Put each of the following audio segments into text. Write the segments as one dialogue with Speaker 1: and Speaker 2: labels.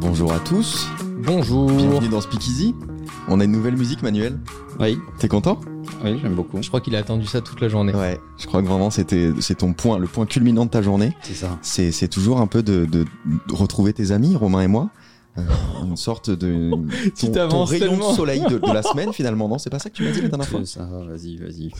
Speaker 1: Bonjour à tous,
Speaker 2: Bonjour.
Speaker 1: bienvenue dans Speakeasy. On a une nouvelle musique, Manuel.
Speaker 2: Oui,
Speaker 1: T'es content
Speaker 2: oui, j'aime beaucoup.
Speaker 3: Je crois qu'il a attendu ça toute la journée.
Speaker 1: Ouais. Je crois que vraiment c'était c'est ton point, le point culminant de ta journée.
Speaker 2: C'est ça.
Speaker 1: C'est c'est toujours un peu de, de- de retrouver tes amis, Romain et moi. Euh, une sorte de ton, ton
Speaker 3: t'avances
Speaker 1: rayon
Speaker 3: tellement.
Speaker 1: de soleil de, de la semaine finalement. Non, c'est pas ça que tu m'as dit la dernière fois.
Speaker 2: C'est ça, Ah, vas-y, vas-y.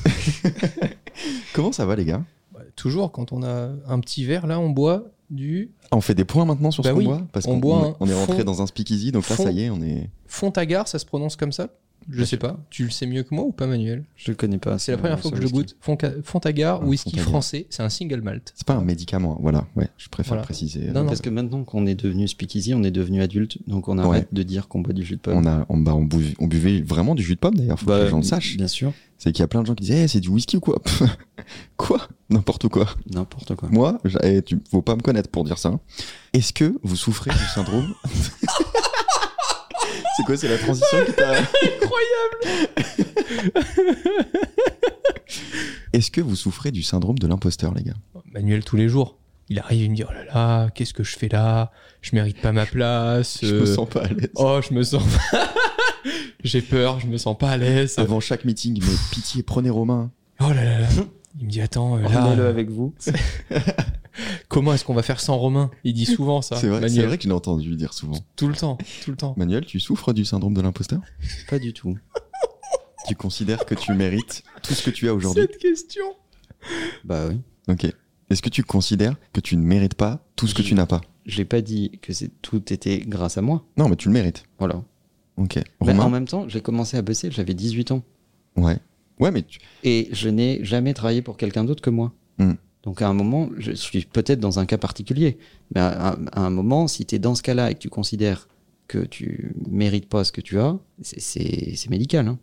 Speaker 1: Comment ça va les gars
Speaker 3: Bah, toujours, quand on a un petit verre, là, on boit du
Speaker 1: On fait des points maintenant sur
Speaker 3: Bah
Speaker 1: ce qu'on
Speaker 3: oui,
Speaker 1: boit parce
Speaker 3: on
Speaker 1: qu'on
Speaker 3: boit
Speaker 1: on est-
Speaker 3: un
Speaker 1: on est rentré
Speaker 3: fond-
Speaker 1: dans un Speakeasy, donc là
Speaker 3: fond-
Speaker 1: ça y est, on est.
Speaker 3: Fontagar, ça se prononce comme ça Je sais pas. Tu le sais mieux que moi ou pas, Manuel
Speaker 2: Je le connais pas.
Speaker 3: C'est la première fois que Euh, je goûte. Fonca- Fontagar,
Speaker 1: Ah,
Speaker 3: whisky
Speaker 1: Fontagar.
Speaker 3: français, c'est un single malt.
Speaker 1: C'est pas un médicament, hein, voilà. Ouais, je préfère
Speaker 3: Voilà.
Speaker 1: préciser.
Speaker 3: Non, non.
Speaker 2: Parce que maintenant qu'on est devenu speakeasy, on est devenu adulte, donc on arrête de dire qu'on boit du jus de pomme. Bah,
Speaker 1: On, a, on, bah, on, buvait, on buvait vraiment du jus de pomme d'ailleurs,
Speaker 3: Bah,
Speaker 1: faut que les gens le sachent.
Speaker 2: Bien sûr,
Speaker 1: C'est qu'il y a plein de gens qui disent Eh, c'est du whisky ou quoi Quoi N'importe quoi.
Speaker 2: n'importe quoi.
Speaker 1: Moi, j'a- eh, tu faut pas me connaître pour dire ça. hein. Est-ce que vous souffrez du syndrome C'est quoi C'est la transition qui t'a.
Speaker 3: Incroyable
Speaker 1: Est-ce que vous souffrez du syndrome de l'imposteur, les gars
Speaker 3: Manuel, tous les jours, il arrive, il me dit Oh là là, qu'est-ce que je fais là Je mérite pas ma place.
Speaker 1: Je me
Speaker 3: euh,
Speaker 1: sens pas à l'aise.
Speaker 3: Oh, je me sens. J'ai peur, je me sens pas à l'aise.
Speaker 1: Avant chaque meeting, mais pitié, prenez Romain.
Speaker 3: Oh là là là. Il me dit Attends, euh, là,
Speaker 2: Emmenez-le avec vous.
Speaker 3: comment est-ce qu'on va faire sans Romain Il dit souvent ça.
Speaker 1: C'est vrai, c'est
Speaker 3: Manuel.
Speaker 1: vrai que je l'ai entendu le dire souvent.
Speaker 3: Tout le temps, tout le temps.
Speaker 1: Manuel, tu souffres du syndrome de l'imposteur
Speaker 2: Pas du tout.
Speaker 1: Tu considères que tu mérites tout ce que tu as aujourd'hui
Speaker 3: Cette question.
Speaker 2: Bah oui.
Speaker 1: Ok. Est-ce que tu considères que tu ne mérites pas tout ce que tu n'as pas
Speaker 2: J'ai pas dit que c'est tout était grâce à moi.
Speaker 1: Non, mais tu le mérites.
Speaker 2: Voilà.
Speaker 3: Bah,
Speaker 1: Ok.
Speaker 2: Mais en
Speaker 1: Romain
Speaker 2: même temps, j'ai commencé à bosser, j'avais 18 ans.
Speaker 1: Ouais. Ouais, mais tu-
Speaker 2: Et je n'ai jamais travaillé pour quelqu'un d'autre que moi.
Speaker 1: Hmm.
Speaker 2: Donc à un moment, je suis peut-être dans un cas particulier, mais à, à- à un moment, si tu es dans ce cas-là et que tu considères que tu mérites pas ce que tu as, c'est- c'est c'est médical. hein.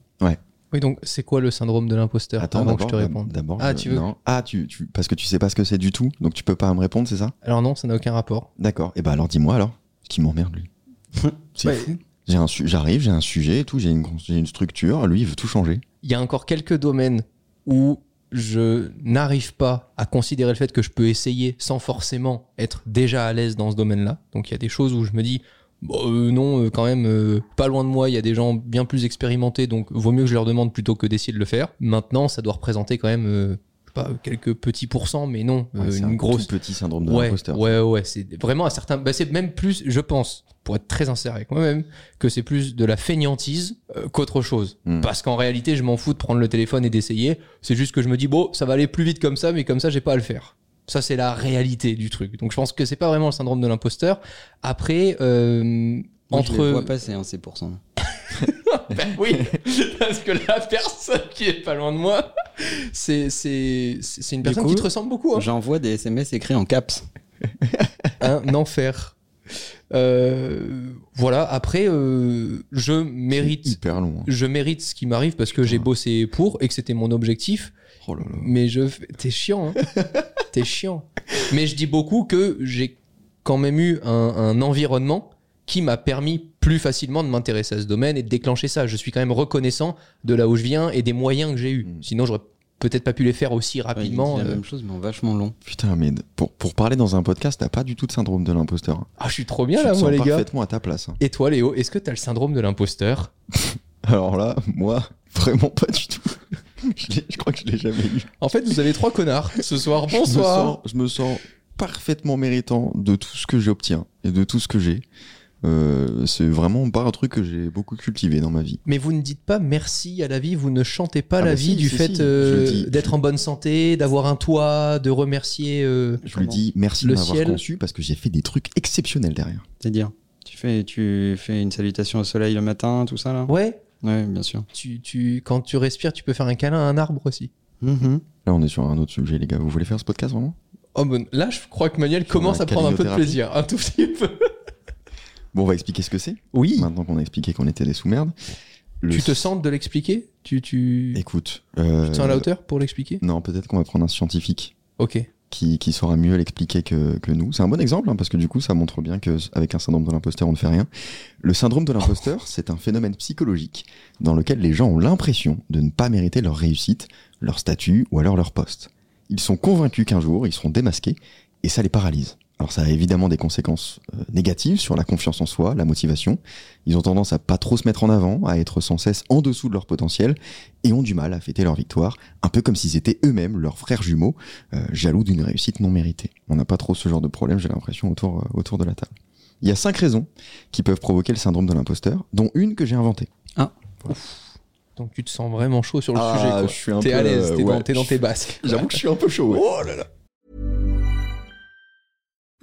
Speaker 3: Oui, donc c'est quoi le syndrome de l'imposteur
Speaker 1: attends,
Speaker 3: Avant que je
Speaker 1: d'abord,
Speaker 3: te réponde.
Speaker 1: d'abord,
Speaker 3: Ah,
Speaker 1: je-
Speaker 3: tu veux-
Speaker 1: non. Ah, tu, tu- parce que tu sais pas ce que c'est du tout, donc tu peux pas me répondre, c'est ça
Speaker 3: Alors non, ça n'a aucun rapport.
Speaker 1: D'accord. Et bah alors, dis-moi alors, ce qui m'emmerde lui. C'est
Speaker 3: Ouais.
Speaker 1: fou. J'ai un su- j'arrive, j'ai un sujet et tout, j'ai une, grosse- j'ai une structure. Lui, il veut tout changer.
Speaker 3: Il y a encore quelques domaines où je n'arrive pas à considérer le fait que je peux essayer sans forcément être déjà à l'aise dans ce domaine-là. Donc il y a des choses où je me dis, bon, euh, non, euh, quand même, euh, pas loin de moi, il y a des gens bien plus expérimentés, donc vaut mieux que je leur demande plutôt que d'essayer de le faire. Maintenant, ça doit représenter quand même, euh, je sais pas, quelques petits pourcents, mais non, euh,
Speaker 1: Ouais, c'est un
Speaker 3: une grosse
Speaker 1: tout petit syndrome de
Speaker 3: Ouais,
Speaker 1: l'imposteur.
Speaker 3: ouais, ouais, c'est vraiment un certain. Bah, c'est même plus, je pense, pour être très sincère avec moi-même, que c'est plus de la feignantise euh, qu'autre chose.
Speaker 1: Hmm.
Speaker 3: Parce qu'en réalité, je m'en fous de prendre le téléphone et d'essayer. C'est juste que je me dis, bon, ça va aller plus vite comme ça, mais comme ça, j'ai pas à le faire. Ça, c'est la réalité du truc. Donc, je pense que c'est pas vraiment le syndrome de l'imposteur. Après, euh,
Speaker 2: Moi,
Speaker 3: entre.
Speaker 2: Je les vois passer hein, ces pourcents.
Speaker 3: Ben oui, parce que la personne qui est pas loin de moi, c'est c'est c'est c'est une
Speaker 2: Du
Speaker 3: personne
Speaker 2: coup,
Speaker 3: qui te ressemble beaucoup. hein.
Speaker 2: J'envoie des SMS écrits en caps.
Speaker 3: un enfer. Euh, voilà, après, euh, je
Speaker 1: C'est
Speaker 3: mérite.
Speaker 1: Hyper long. hein.
Speaker 3: Je mérite ce qui m'arrive parce que j'ai
Speaker 1: Putain.
Speaker 3: bossé pour et que c'était mon objectif.
Speaker 1: Oh là là.
Speaker 3: Mais je, fais- t'es chiant, hein. t'es chiant. Mais je dis beaucoup que j'ai quand même eu un, un environnement qui m'a permis plus facilement de m'intéresser à ce domaine et de déclencher ça. Je suis quand même reconnaissant de là où je viens et des moyens que j'ai eu.
Speaker 1: Mm.
Speaker 3: Sinon, j'aurais peut-être pas pu les faire aussi
Speaker 2: Ouais, il dit
Speaker 3: rapidement.
Speaker 2: la
Speaker 3: euh.
Speaker 2: même chose, mais en vachement long.
Speaker 1: Putain, mais pour, pour parler dans un podcast, t'as pas du tout de syndrome de l'imposteur. hein.
Speaker 3: Ah, je suis trop bien
Speaker 1: tu
Speaker 3: là,
Speaker 1: te
Speaker 3: moi,
Speaker 1: sens
Speaker 3: les gars.
Speaker 1: parfaitement à ta place. hein.
Speaker 3: Et toi, Léo, est-ce que t'as le syndrome de l'imposteur
Speaker 1: Alors là, moi, vraiment pas du tout. je, l'ai- je crois que je l'ai jamais eu.
Speaker 3: En fait, vous avez trois connards ce soir.
Speaker 1: Je me sens-
Speaker 3: Bonsoir.
Speaker 1: Je me sens, parfaitement méritant de tout ce que j'obtiens et de tout ce que j'ai. Euh, c'est vraiment pas un truc que j'ai beaucoup cultivé dans ma vie.
Speaker 3: Mais vous ne dites pas merci à la vie, vous ne chantez pas
Speaker 1: Ah
Speaker 3: la
Speaker 1: bah
Speaker 3: vie
Speaker 1: si,
Speaker 3: du
Speaker 1: si,
Speaker 3: fait
Speaker 1: si,
Speaker 3: euh,
Speaker 1: je le dis.
Speaker 3: d'être en bonne santé, d'avoir un toit, de remercier. euh,
Speaker 1: Je lui dis merci
Speaker 3: Le
Speaker 1: de m'avoir
Speaker 3: ciel.
Speaker 1: conçu parce que j'ai fait des trucs exceptionnels derrière.
Speaker 2: C'est-à-dire, tu fais, tu fais une salutation au soleil le matin, tout ça là.
Speaker 3: Ouais,
Speaker 2: Ouais, bien sûr.
Speaker 3: tu, tu, quand tu respires, tu peux faire un câlin à un arbre aussi.
Speaker 2: Mhm.
Speaker 1: Là, on est sur un autre sujet, les gars. Vous voulez faire ce podcast vraiment
Speaker 3: Oh, ben, là, je crois que Manuel commence
Speaker 1: la
Speaker 3: à prendre un peu de
Speaker 1: calinothérapie.
Speaker 3: plaisir, un tout petit peu.
Speaker 1: Bon, on va expliquer ce que c'est.
Speaker 3: Oui.
Speaker 1: Maintenant qu'on a expliqué qu'on était des sous-merdes. Le-
Speaker 3: Tu te sens de l'expliquer Tu, tu...
Speaker 1: Écoute. euh,
Speaker 3: tu te sens à la hauteur pour l'expliquer
Speaker 1: Non, peut-être qu'on va prendre un scientifique.
Speaker 3: Ok.
Speaker 1: qui, qui saura mieux l'expliquer que, que nous. C'est un bon exemple, hein, parce que du coup, ça montre bien que avec un syndrome de l'imposteur, on ne fait rien. Le syndrome de l'imposteur, c'est un phénomène psychologique dans lequel les gens ont l'impression de ne pas mériter leur réussite, leur statut ou alors leur poste. Ils sont convaincus qu'un jour, ils seront démasqués, et ça les paralyse. Alors ça a évidemment des conséquences euh, négatives sur la confiance en soi, la motivation. Ils ont tendance à pas trop se mettre en avant, à être sans cesse en dessous de leur potentiel et ont du mal à fêter leur victoire, un peu comme s'ils étaient eux-mêmes leurs frères jumeaux, euh, jaloux d'une réussite non méritée. On n'a pas trop ce genre de problème, j'ai l'impression, autour, euh, autour de la table. Il y a cinq raisons qui peuvent provoquer le syndrome de l'imposteur, dont une que j'ai inventée.
Speaker 3: Donc tu te sens vraiment chaud sur le
Speaker 1: Ah,
Speaker 3: sujet. quoi.
Speaker 1: je suis un
Speaker 3: T'es
Speaker 1: peu,
Speaker 3: à l'aise,
Speaker 1: euh,
Speaker 3: t'es dans,
Speaker 1: ouais.
Speaker 3: t'es dans tes basques.
Speaker 1: J'avoue que je suis un peu chaud. Oh là là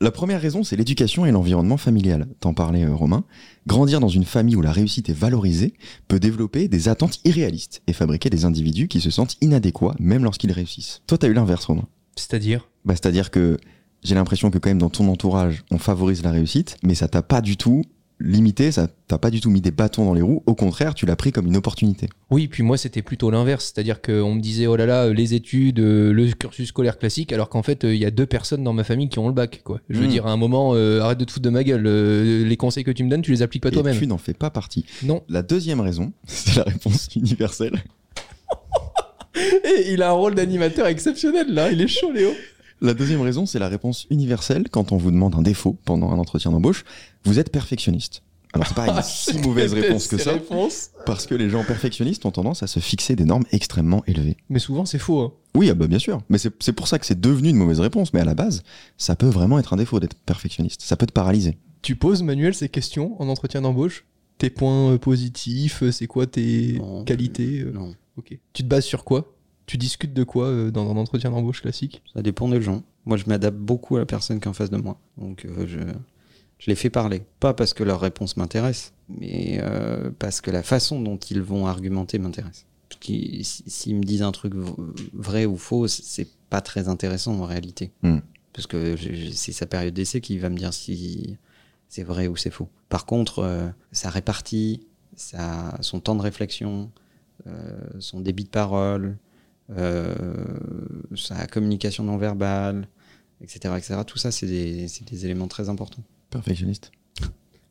Speaker 1: La première raison, c'est l'éducation et l'environnement familial. T'en parlais, euh, Romain. Grandir dans une famille où la réussite est valorisée peut développer des attentes irréalistes et fabriquer des individus qui se sentent inadéquats même lorsqu'ils réussissent. Toi, t'as eu l'inverse, Romain.
Speaker 3: C'est-à-dire
Speaker 1: Bah, c'est-à-dire que j'ai l'impression que quand même dans ton entourage, on favorise la réussite, mais ça t'a pas du tout limité, ça t'a pas du tout mis des bâtons dans les roues. Au contraire, tu l'as pris comme une opportunité.
Speaker 3: Oui, puis moi c'était plutôt l'inverse, c'est-à-dire qu'on me disait oh là là euh, les études, euh, le cursus scolaire classique, alors qu'en fait euh, il y a deux personnes dans ma famille qui ont le bac. Quoi. Je veux
Speaker 1: Mm.
Speaker 3: dire à un moment euh, arrête de te foutre de ma gueule, euh, les conseils que tu me donnes tu les appliques pas
Speaker 1: et
Speaker 3: toi-même.
Speaker 1: tu n'en fais pas partie.
Speaker 3: Non.
Speaker 1: La deuxième raison, c'est la réponse universelle.
Speaker 3: il a un rôle d'animateur exceptionnel là, il est chaud Léo.
Speaker 1: La deuxième raison, c'est la réponse universelle quand on vous demande un défaut pendant un entretien d'embauche. Vous êtes perfectionniste. Alors c'est pas une si mauvaise réponse que ça, parce que les gens perfectionnistes ont tendance à se fixer des normes extrêmement élevées.
Speaker 3: Mais souvent c'est faux. hein.
Speaker 1: Oui, ah bah bien sûr, mais c'est c'est pour ça que c'est devenu une mauvaise réponse, mais à la base, ça peut vraiment être un défaut d'être perfectionniste, ça peut te paralyser.
Speaker 3: Tu poses Manuel ces questions en entretien d'embauche Tes points euh, positifs, euh, c'est quoi tes
Speaker 2: Non.
Speaker 3: qualités euh,
Speaker 2: Non,
Speaker 3: Ok. Tu te bases sur quoi Tu discutes de quoi euh, dans un entretien d'embauche classique
Speaker 2: ça dépend des gens. Moi, je m'adapte beaucoup à la personne qui est en face de moi. Donc, euh, je, je les fais parler. Pas parce que leur réponse m'intéresse, mais euh, parce que la façon dont ils vont argumenter m'intéresse. Parce qu'ils- si- S'ils me disent un truc v- vrai ou faux, c- c'est pas très intéressant en réalité.
Speaker 1: Hmm.
Speaker 2: Parce que j'ai- j'ai- c'est sa période d'essai qui va me dire si c'est vrai ou c'est faux. Par contre, euh, sa répartie, sa, son temps de réflexion, euh, son débit de parole, euh, sa communication non verbale, etc. etc. Tout ça, c'est des, c'est des éléments très importants.
Speaker 1: Perfectionniste.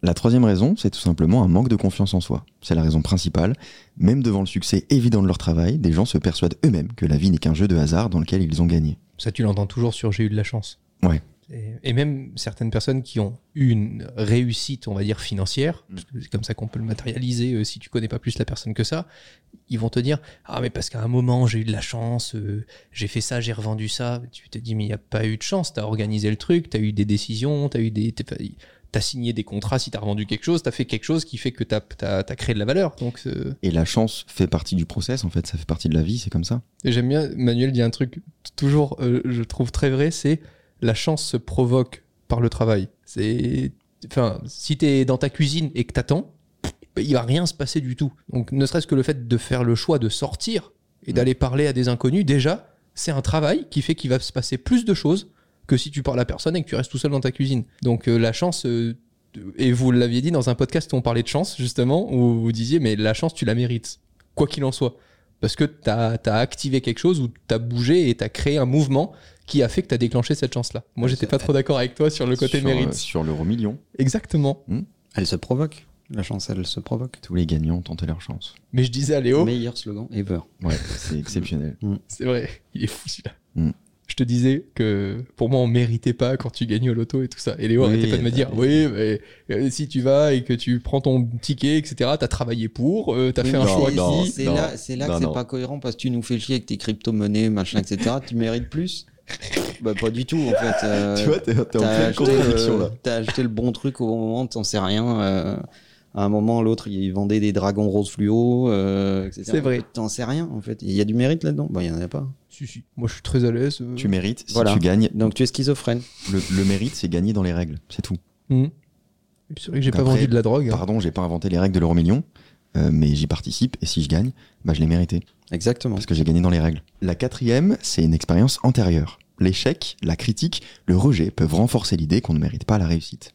Speaker 1: La troisième raison, c'est tout simplement un manque de confiance en soi. C'est la raison principale. Même devant le succès évident de leur travail, des gens se persuadent eux-mêmes que la vie n'est qu'un jeu de hasard dans lequel ils ont gagné.
Speaker 3: Ça, tu l'entends toujours sur J'ai eu de la chance.
Speaker 1: Ouais.
Speaker 3: Et, et même certaines personnes qui ont eu une réussite, on va dire, financière, parce que c'est comme ça qu'on peut le matérialiser euh, si tu connais pas plus la personne que ça, ils vont te dire Ah, mais parce qu'à un moment, j'ai eu de la chance, euh, j'ai fait ça, j'ai revendu ça. Tu te dis Mais il n'y a pas eu de chance, t'as organisé le truc, t'as eu des décisions, t'as eu des. t'es pas- T'as signé des contrats si t'as revendu quelque chose, t'as fait quelque chose qui fait que t'as as, créé de la valeur. Donc, euh,
Speaker 1: Et la chance fait partie du process, en fait, ça fait partie de la vie, c'est comme ça.
Speaker 3: Et J'aime bien, Manuel dit un truc t- toujours, euh, je trouve très vrai, c'est la chance se provoque par le travail. C'est, enfin, si t'es dans ta cuisine et que t'attends, bah, il va rien se passer du tout. Donc, ne serait-ce que le fait de faire le choix de sortir et
Speaker 1: Mm.
Speaker 3: d'aller parler à des inconnus, déjà, c'est un travail qui fait qu'il va se passer plus de choses que si tu parles à personne et que tu restes tout seul dans ta cuisine. Donc, euh, la chance. euh, et vous l'aviez dit dans un podcast où on parlait de chance, justement, où vous disiez, mais la chance, tu la mérites, quoi qu'il en soit parce que tu as, activé quelque chose ou tu as bougé et tu as créé un mouvement qui a fait que tu as déclenché cette chance-là. Moi, j'étais pas trop d'accord avec toi sur le côté
Speaker 1: sur,
Speaker 3: mérite.
Speaker 1: euh, sur l'euro million,
Speaker 3: Exactement.
Speaker 2: Elle se provoque. La chance, elle se provoque.
Speaker 1: tous les gagnants tentent leur chance.
Speaker 3: Mais je disais à Léo,
Speaker 2: Meilleur slogan ever.
Speaker 1: Ouais, c'est exceptionnel.
Speaker 3: c'est vrai, il est fou celui-là.
Speaker 1: Mm.
Speaker 3: Je te disais que pour moi, on méritait pas quand tu gagnais au loto et tout ça. Et Léo
Speaker 1: Oui,
Speaker 3: arrêtait pas de me
Speaker 1: t'as-
Speaker 3: dire, oui, mais euh, si tu vas et que tu prends ton ticket, etc., t'as travaillé pour, euh, t'as
Speaker 2: Oui,
Speaker 3: fait un
Speaker 2: mais
Speaker 3: choix
Speaker 2: c'est-
Speaker 1: non,
Speaker 3: ici.
Speaker 2: C'est
Speaker 1: non,
Speaker 2: là, c'est là
Speaker 1: non,
Speaker 2: que c'est
Speaker 1: non.
Speaker 2: pas cohérent parce que tu nous fais chier avec tes crypto-monnaies, machin, etc. tu mérites plus Bah, pas du tout, en fait. euh,
Speaker 1: tu vois, t'es t'es en
Speaker 2: t'as
Speaker 1: pleine
Speaker 2: acheté,
Speaker 1: contradiction
Speaker 2: euh,
Speaker 1: là.
Speaker 2: T'as acheté le bon truc au bon moment, t'en sais rien. euh, à un moment, l'autre, il vendait des dragons roses fluo, euh, etc.
Speaker 3: C'est vrai.
Speaker 2: T'en sais rien, en fait. Il y a du mérite là-dedans Bah, il y en a pas.
Speaker 3: Si, si. Moi, je suis très à l'aise. euh.
Speaker 1: Tu mérites, si
Speaker 2: Voilà.
Speaker 1: tu gagnes,
Speaker 2: Donc, tu es schizophrène.
Speaker 1: le, le mérite c'est gagner dans les règles, c'est tout.
Speaker 3: Mm. C'est vrai que j'ai
Speaker 1: Donc
Speaker 3: pas
Speaker 1: après,
Speaker 3: vendu de la drogue. hein.
Speaker 1: Pardon, j'ai pas inventé les règles de l'euro million, euh, mais j'y participe et si je gagne, bah je l'ai mérité
Speaker 2: Exactement.
Speaker 1: parce que j'ai gagné dans les règles. La quatrième, c'est une expérience antérieure. l'échec, la critique, le rejet peuvent renforcer l'idée qu'on ne mérite pas la réussite.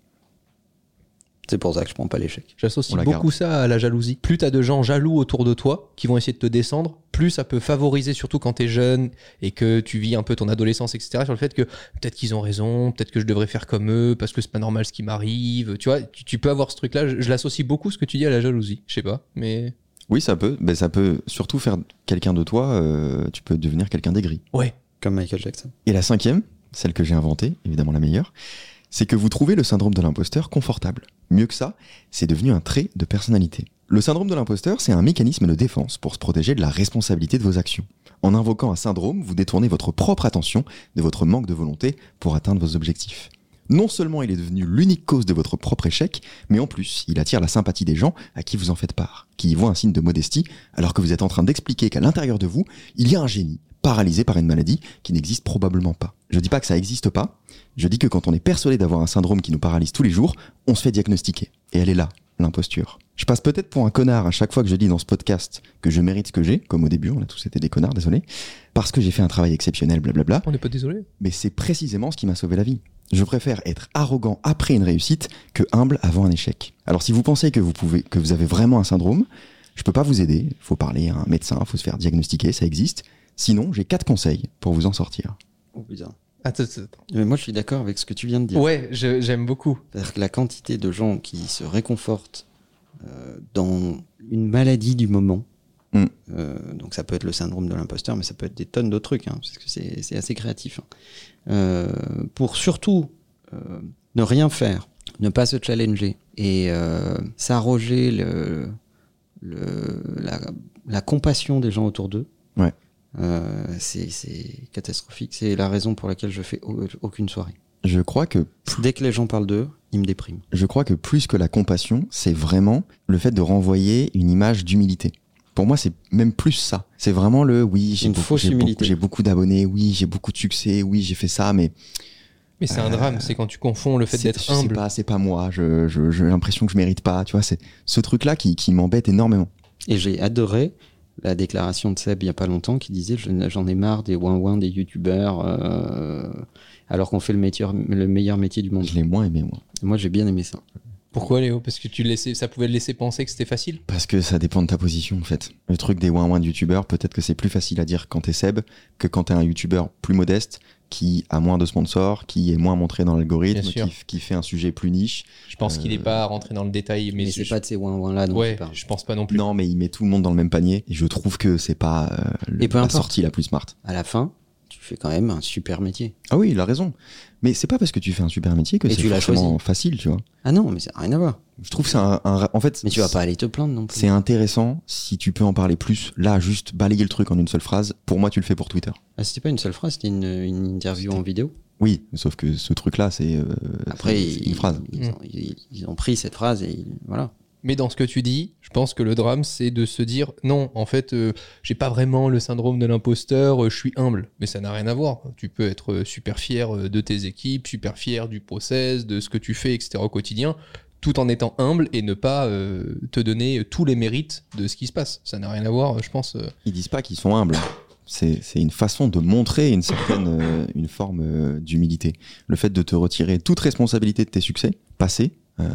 Speaker 2: C'est pour ça que je prends pas l'échec.
Speaker 1: On
Speaker 3: J'associe
Speaker 1: la
Speaker 3: beaucoup ça à la jalousie. Plus t'as de gens jaloux autour de toi qui vont essayer de te descendre, plus ça peut favoriser, surtout quand t'es jeune et que tu vis un peu ton adolescence, etc., sur le fait que peut-être qu'ils ont raison, peut-être que je devrais faire comme eux parce que c'est pas normal ce qui m'arrive. Tu vois, tu, tu peux avoir ce truc-là. Je, je l'associe beaucoup ce que tu dis à la jalousie. Je sais pas, mais.
Speaker 1: Oui, ça peut, mais ça peut surtout faire quelqu'un de toi, euh, tu peux devenir quelqu'un d'aigri.
Speaker 3: Ouais.
Speaker 2: Comme Michael Jackson.
Speaker 1: Et la cinquième, celle que j'ai inventée, évidemment la meilleure, c'est que vous trouvez le syndrome de l'imposteur confortable. Mieux que ça, c'est devenu un trait de personnalité. Le syndrome de l'imposteur, c'est un mécanisme de défense pour se protéger de la responsabilité de vos actions. En invoquant un syndrome, vous détournez votre propre attention de votre manque de volonté pour atteindre vos objectifs. Non seulement il est devenu l'unique cause de votre propre échec, mais en plus, il attire la sympathie des gens à qui vous en faites part, qui y voient un signe de modestie, alors que vous êtes en train d'expliquer qu'à l'intérieur de vous, il y a un génie, paralysé par une maladie qui n'existe probablement pas. Je dis pas que ça existe pas, je dis que quand on est persuadé d'avoir un syndrome qui nous paralyse tous les jours, on se fait diagnostiquer. Et elle est là, l'imposture. Je passe peut-être pour un connard à chaque fois que je dis dans ce podcast que je mérite ce que j'ai, comme au début, on a tous été des connards, désolé, parce que j'ai fait un travail exceptionnel, blablabla,
Speaker 3: On n'est pas désolé.
Speaker 1: mais c'est précisément ce qui m'a sauvé la vie. Je préfère être arrogant après une réussite que humble avant un échec. Alors si vous pensez que vous pouvez, que vous avez vraiment un syndrome, je peux pas vous aider. Faut parler à un médecin, faut se faire diagnostiquer, ça existe. Sinon, j'ai quatre conseils pour vous en sortir.
Speaker 2: Oh putain.
Speaker 3: Attends, attends, attends.
Speaker 2: Mais moi, je suis d'accord avec ce que tu viens de dire.
Speaker 3: Ouais, je- j'aime beaucoup.
Speaker 2: C'est-à-dire que la quantité de gens qui se réconfortent euh, dans une maladie du moment,
Speaker 1: Mm.
Speaker 2: euh, donc ça peut être le syndrome de l'imposteur, mais ça peut être des tonnes d'autres trucs, hein, parce que c'est c'est assez créatif, hein. Euh, pour surtout euh, ne rien faire, ne pas se challenger et euh, s'arroger le, le- la, la compassion des gens autour d'eux.
Speaker 1: Ouais.
Speaker 2: Euh, c'est c'est catastrophique. C'est la raison pour laquelle je fais au- aucune soirée.
Speaker 1: Je crois que,
Speaker 2: Dès que les gens parlent d'eux, ils me dépriment.
Speaker 1: je crois que plus que la compassion, c'est vraiment le fait de renvoyer une image d'humilité. Pour moi, c'est même plus ça. C'est vraiment le oui, j'ai
Speaker 2: Une
Speaker 1: beaucoup,
Speaker 2: fausse
Speaker 1: j'ai beaucoup-
Speaker 2: humilité.
Speaker 1: j'ai beaucoup d'abonnés, oui, j'ai beaucoup de succès, oui, j'ai fait ça, mais
Speaker 3: Mais c'est un drame, c'est quand tu confonds le fait
Speaker 1: C'est-
Speaker 3: d'être
Speaker 1: je sais
Speaker 3: humble.
Speaker 1: pas, c'est pas moi. je- je- J'ai l'impression que je mérite pas. Tu vois, c'est ce truc-là qui, qui m'embête énormément.
Speaker 2: Et j'ai adoré la déclaration de Seb il n'y a pas longtemps qui disait Je n- j'en ai marre des ouin-ouin des youtubeurs euh, alors qu'on fait le, métier, le meilleur métier du monde.
Speaker 1: Je l'ai moins aimé moi.
Speaker 2: Moi j'ai bien aimé ça.
Speaker 3: Pourquoi Léo Parce que tu laissais, ça pouvait le laisser penser que c'était facile.
Speaker 1: Parce que ça dépend de ta position en fait. Le truc des ouin ouin de youtubeurs, peut-être que c'est plus facile à dire quand t'es Seb que quand t'es un youtubeur plus modeste qui a moins de sponsors, qui est moins montré dans l'algorithme,
Speaker 3: Bien sûr.
Speaker 1: qui, qui fait un sujet plus niche.
Speaker 3: Je pense qu'il n'est
Speaker 1: Euh,
Speaker 3: pas rentré dans le détail, mais,
Speaker 2: Mais,
Speaker 3: je,
Speaker 2: c'est pas de ces ouin-ouin là dont
Speaker 3: ouais,
Speaker 2: tu parles.
Speaker 3: je pense pas non plus.
Speaker 1: Non, mais il met tout le monde dans le même panier. Et je trouve que c'est pas euh, le-
Speaker 2: Et peu
Speaker 1: la
Speaker 2: importe.
Speaker 1: sortie la plus smart.
Speaker 2: À la fin, tu fais quand même un super métier.
Speaker 1: Ah oui, il a raison. Mais c'est pas parce que tu fais un super métier que
Speaker 2: Et
Speaker 1: c'est
Speaker 2: tu l'as
Speaker 1: forcément
Speaker 2: choisi.
Speaker 1: facile, tu vois.
Speaker 2: Ah non, mais ça n'a rien à voir.
Speaker 1: Je trouve que c'est un, un ra- en fait.
Speaker 2: Mais tu vas pas aller te plaindre non plus.
Speaker 1: C'est intéressant si tu peux en parler plus. Là, juste balayer le truc en une seule phrase. Pour moi, tu le fais pour Twitter.
Speaker 2: Ah, c'était pas une seule phrase, c'était une, une interview en vidéo.
Speaker 1: Oui, sauf que ce truc-là, c'est euh,
Speaker 2: Après,
Speaker 1: c'est- c'est
Speaker 2: ils,
Speaker 1: une phrase. Mmh.
Speaker 2: ils ont, ils- ils ont pris cette phrase et ils- voilà.
Speaker 3: Mais dans ce que tu dis, je pense que le drame, c'est de se dire non, en fait, euh, j'ai pas vraiment le syndrome de l'imposteur, euh, je suis humble. Mais ça n'a rien à voir. Tu peux être euh, super fier euh, de tes équipes, super fier du process, de ce que tu fais, etc. au quotidien, tout en étant humble et ne pas euh, te donner tous les mérites de ce qui se passe. Ça n'a rien à voir, euh, je pense. euh,
Speaker 1: Ils disent pas qu'ils sont humbles. C'est c'est une façon de montrer une certaine euh, une forme euh, d'humilité. Le fait de te retirer toute responsabilité de tes succès passés euh,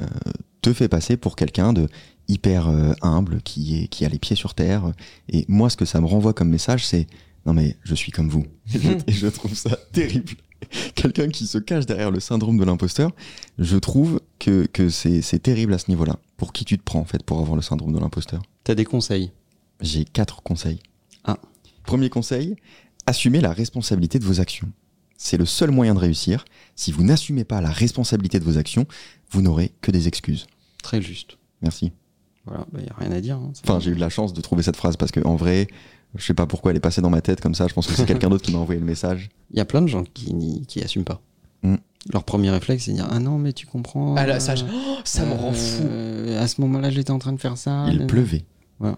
Speaker 1: te fait passer pour quelqu'un de hyper euh, humble qui est qui a les pieds sur terre. Et moi, ce que ça me renvoie comme message, c'est non mais je suis comme vous. Et je, et je trouve ça terrible. Quelqu'un qui se cache derrière le syndrome de l'imposteur, je trouve que, que c'est c'est terrible à ce niveau-là. Pour qui tu te prends en fait pour avoir le syndrome de l'imposteur
Speaker 2: T'as des conseils.
Speaker 1: j'ai quatre conseils.
Speaker 2: Ah.
Speaker 1: Premier conseil, assumez la responsabilité de vos actions. C'est le seul moyen de réussir. Si vous n'assumez pas la responsabilité de vos actions, vous n'aurez que des excuses.
Speaker 2: Très juste.
Speaker 1: Merci.
Speaker 2: Voilà, il n'y a rien à dire. hein.
Speaker 1: Enfin, j'ai eu de la chance de trouver cette phrase parce que en vrai, je sais pas pourquoi elle est passée dans ma tête comme ça. Je pense que c'est quelqu'un d'autre qui m'a envoyé le message.
Speaker 2: Il y a plein de gens qui n'y- qui assument pas.
Speaker 1: Mm.
Speaker 2: Leur premier réflexe, c'est de dire Ah non, mais tu comprends.
Speaker 3: Ah là,
Speaker 2: euh,
Speaker 3: ça, je- oh, ça me rend fou.
Speaker 2: euh, à ce moment-là, j'étais en train de faire ça. Euh,
Speaker 1: Il
Speaker 2: nanana.
Speaker 1: pleuvait.
Speaker 2: Voilà.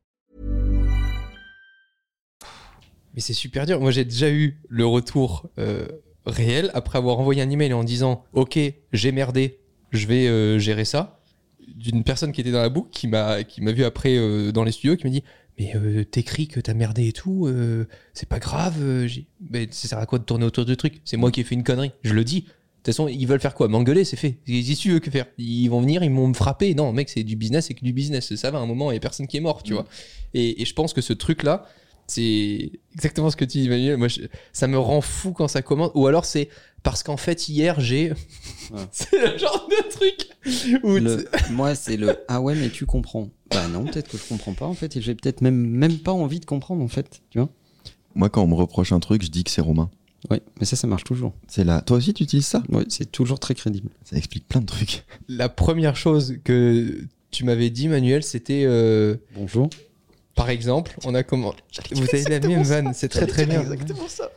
Speaker 3: Mais c'est super dur. Moi, j'ai déjà eu le retour euh, réel après avoir envoyé un email en disant Ok, j'ai merdé, je vais euh, gérer ça. D'une personne qui était dans la boucle, qui m'a qui m'a vu après euh, dans les studios, qui me dit Mais euh, t'écris que t'as merdé et tout, euh, c'est pas grave. euh, j'ai- Mais ça sert à quoi de tourner autour du truc C'est moi qui ai fait une connerie, je le dis. De toute façon, ils veulent faire quoi M'engueuler, c'est fait. Ils tu veux que faire Ils vont venir, ils vont me frapper. Non, mec, c'est du business, c'est que du business. Ça va, à un moment, il n'y a personne qui est mort,
Speaker 2: Mm.
Speaker 3: tu vois. Et, et je pense que ce truc-là, c'est exactement ce que tu dis, Emmanuel. Moi, je- ça me rend fou quand ça commence. Ou alors, c'est parce qu'en fait, hier, j'ai.
Speaker 2: Ouais.
Speaker 3: c'est le genre de truc où.
Speaker 2: Le-
Speaker 3: tu-
Speaker 2: moi, c'est le ah ouais, mais tu comprends. Bah non, peut-être que je comprends pas en fait, et j'ai peut-être même, même pas envie de comprendre en fait, tu vois.
Speaker 1: Moi, quand on me reproche un truc, je dis que c'est Romain.
Speaker 2: Oui, mais ça, ça marche toujours.
Speaker 1: C'est là. Toi aussi, tu utilises ça
Speaker 2: Oui, c'est toujours très crédible.
Speaker 1: Ça explique plein de trucs.
Speaker 3: La première chose que tu m'avais dit, Manuel, c'était. euh,
Speaker 2: Bonjour.
Speaker 3: par exemple, on a comment. Vous avez la même vanne, c'est très très bien.
Speaker 1: ça.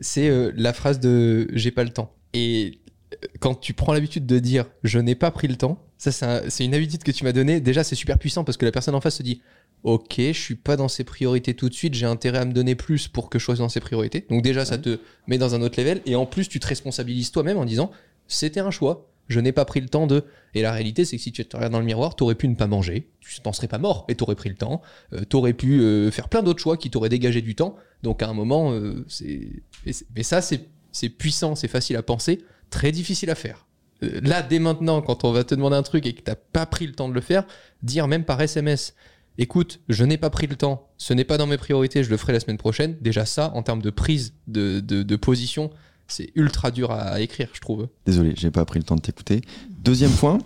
Speaker 3: c'est euh, la phrase de j'ai pas le temps. Et euh, quand tu prends l'habitude de dire je n'ai pas pris le temps, ça c'est un- c'est une habitude que tu m'as donnée. Déjà, c'est super puissant parce que la personne en face se dit ok, je suis pas dans ses priorités tout de suite, j'ai intérêt à me donner plus pour que je sois dans ses priorités. Donc déjà, ça te met dans un autre level. Et en plus, tu te responsabilises toi-même en disant c'était un choix. Je n'ai pas pris le temps de. Et la réalité, c'est que si tu te regardes dans le miroir, t'aurais pu ne pas manger, tu t'en serais pas mort et t'aurais pris le temps. Euh, t'aurais pu euh, faire plein d'autres choix qui t'auraient dégagé du temps. Donc à un moment, euh, c'est. et c'est- Mais ça, c'est c'est puissant, c'est facile à penser, très difficile à faire. Euh, Là, dès maintenant, quand on va te demander un truc et que t'as pas pris le temps de le faire, dire même par SMS, écoute, je n'ai pas pris le temps, ce n'est pas dans mes priorités, je le ferai la semaine prochaine. Déjà ça, en termes de prise de, de- de position, c'est ultra dur à, à écrire, je trouve.
Speaker 1: Désolé, j'ai pas pris le temps de t'écouter. Deuxième point,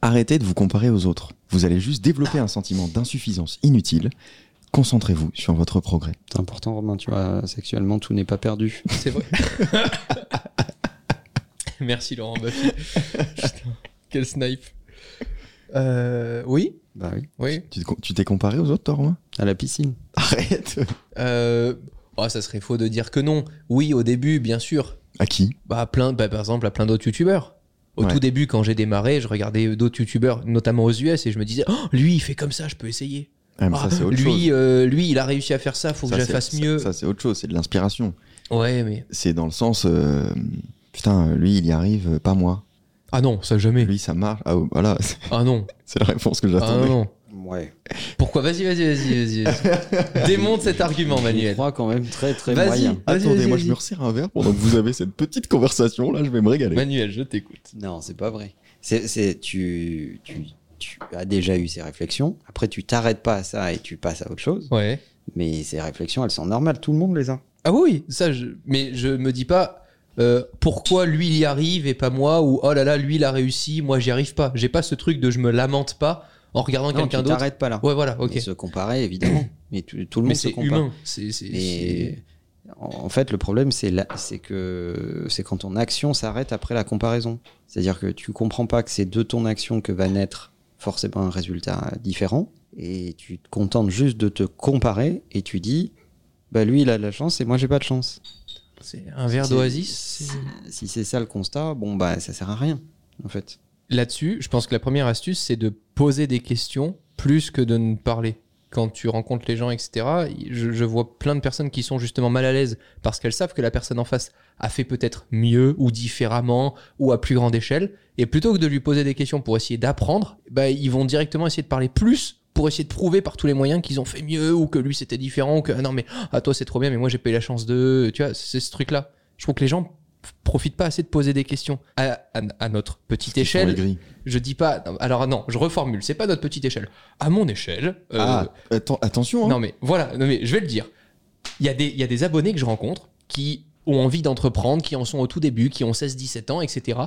Speaker 1: arrêtez de vous comparer aux autres. Vous allez juste développer un sentiment d'insuffisance inutile. Concentrez-vous sur votre progrès.
Speaker 2: C'est important, Romain, tu vois, sexuellement, tout n'est pas perdu.
Speaker 3: C'est vrai. Merci Laurent Baffy. Putain, quel snipe. Euh, oui,
Speaker 2: Bah oui.
Speaker 3: oui.
Speaker 1: Tu te- tu t'es comparé aux autres, toi, Romain
Speaker 2: À la piscine.
Speaker 1: Arrête
Speaker 3: Euh, oh, ça serait faux de dire que non. Oui, au début, bien sûr.
Speaker 1: À qui
Speaker 3: Bah, plein, bah, par exemple, à plein d'autres youtubeurs. Au
Speaker 1: Ouais.
Speaker 3: tout début, quand j'ai démarré, je regardais d'autres youtubeurs, notamment aux US, et je me disais, Oh, lui, il fait comme ça, je peux essayer.
Speaker 1: ah, mais
Speaker 3: Ah,
Speaker 1: Ça, c'est autre chose.
Speaker 3: lui, euh, lui, il a réussi à faire ça, faut que
Speaker 1: Ça,
Speaker 3: je
Speaker 1: c'est-
Speaker 3: fasse
Speaker 1: ça-
Speaker 3: mieux.
Speaker 1: Ça, c'est autre chose, c'est de l'inspiration.
Speaker 3: Ouais, mais.
Speaker 1: C'est dans le sens, euh, putain, lui, il y arrive, euh, pas moi.
Speaker 3: Ah non, ça jamais.
Speaker 1: Lui, ça marche. Ah, voilà, c'est-
Speaker 3: Ah non.
Speaker 1: c'est la réponse que
Speaker 3: Ah non,
Speaker 1: j'attendais.
Speaker 3: non.
Speaker 2: Ouais.
Speaker 3: Pourquoi Vas-y, vas-y, vas-y, vas-y. vas-y. Démonte cet argument,
Speaker 2: Je
Speaker 3: Manuel.
Speaker 2: crois quand même très très
Speaker 3: Vas-y.
Speaker 2: moyen.
Speaker 3: Vas-y,
Speaker 1: Attendez,
Speaker 3: vas-y,
Speaker 1: moi, je
Speaker 3: vas-y.
Speaker 1: me resserre un verre pendant que vous avez cette petite conversation, là, je vais me régaler.
Speaker 3: Manuel, je t'écoute.
Speaker 2: Non, c'est pas vrai. C'est, c'est- tu, tu, tu as déjà eu ces réflexions. Après, tu t'arrêtes pas à ça et tu passes à autre chose.
Speaker 3: Ouais.
Speaker 2: Mais ces réflexions, elles sont normales. Tout le monde les a.
Speaker 3: Ah oui, oui, ça, je... mais je me dis pas euh, pourquoi lui il y arrive et pas moi, ou oh là là, lui il a réussi, moi j'y arrive pas. J'ai pas ce truc de je me lamente pas en regardant
Speaker 2: Non, tu
Speaker 3: quelqu'un d'autre.
Speaker 2: t'arrêtes pas là.
Speaker 3: Ouais, voilà, ok.
Speaker 2: Mais se comparer, évidemment. Mais tout, tout le
Speaker 3: Mais
Speaker 2: monde se
Speaker 3: c'est
Speaker 2: compare.
Speaker 3: humain. C'est, c'est,
Speaker 2: Et
Speaker 3: c'est-
Speaker 2: en en fait, le problème, c'est là- c'est que c'est quand ton action s'arrête après la comparaison. C'est-à-dire que tu comprends pas que c'est de ton action que va naître forcément un résultat différent, et tu te contentes juste de te comparer, et tu dis, bah lui, il a de la chance, et moi, j'ai pas de chance.
Speaker 3: c'est un verre
Speaker 2: C'est-
Speaker 3: d'oasis. c'est-
Speaker 2: c'est- Si c'est ça le constat, bon bah ça sert à rien, en fait.
Speaker 3: Là-dessus, je pense que la première astuce, c'est de poser des questions plus que de ne parler. Quand tu rencontres les gens, etc., je, je vois plein de personnes qui sont justement mal à l'aise parce qu'elles savent que la personne en face a fait peut-être mieux ou différemment ou à plus grande échelle. Et plutôt que de lui poser des questions pour essayer d'apprendre, bah, ils vont directement essayer de parler plus pour essayer de prouver par tous les moyens qu'ils ont fait mieux ou que lui c'était différent ou que ah non mais à toi c'est trop bien mais moi j'ai pas eu la chance de tu vois c'est ce truc là je trouve que les gens profitent pas assez de poser des questions à, à- à notre petite
Speaker 1: Ils sont
Speaker 3: échelle
Speaker 1: aigris.
Speaker 3: je dis pas. Alors non, je reformule. C'est pas notre petite échelle. À mon échelle. euh,
Speaker 1: Ah, atten- attention, hein.
Speaker 3: Non mais voilà. Non mais je vais le dire. Il y a des, il y a des abonnés que je rencontre qui ont envie d'entreprendre, qui en sont au tout début, qui ont 16-17 ans, etc.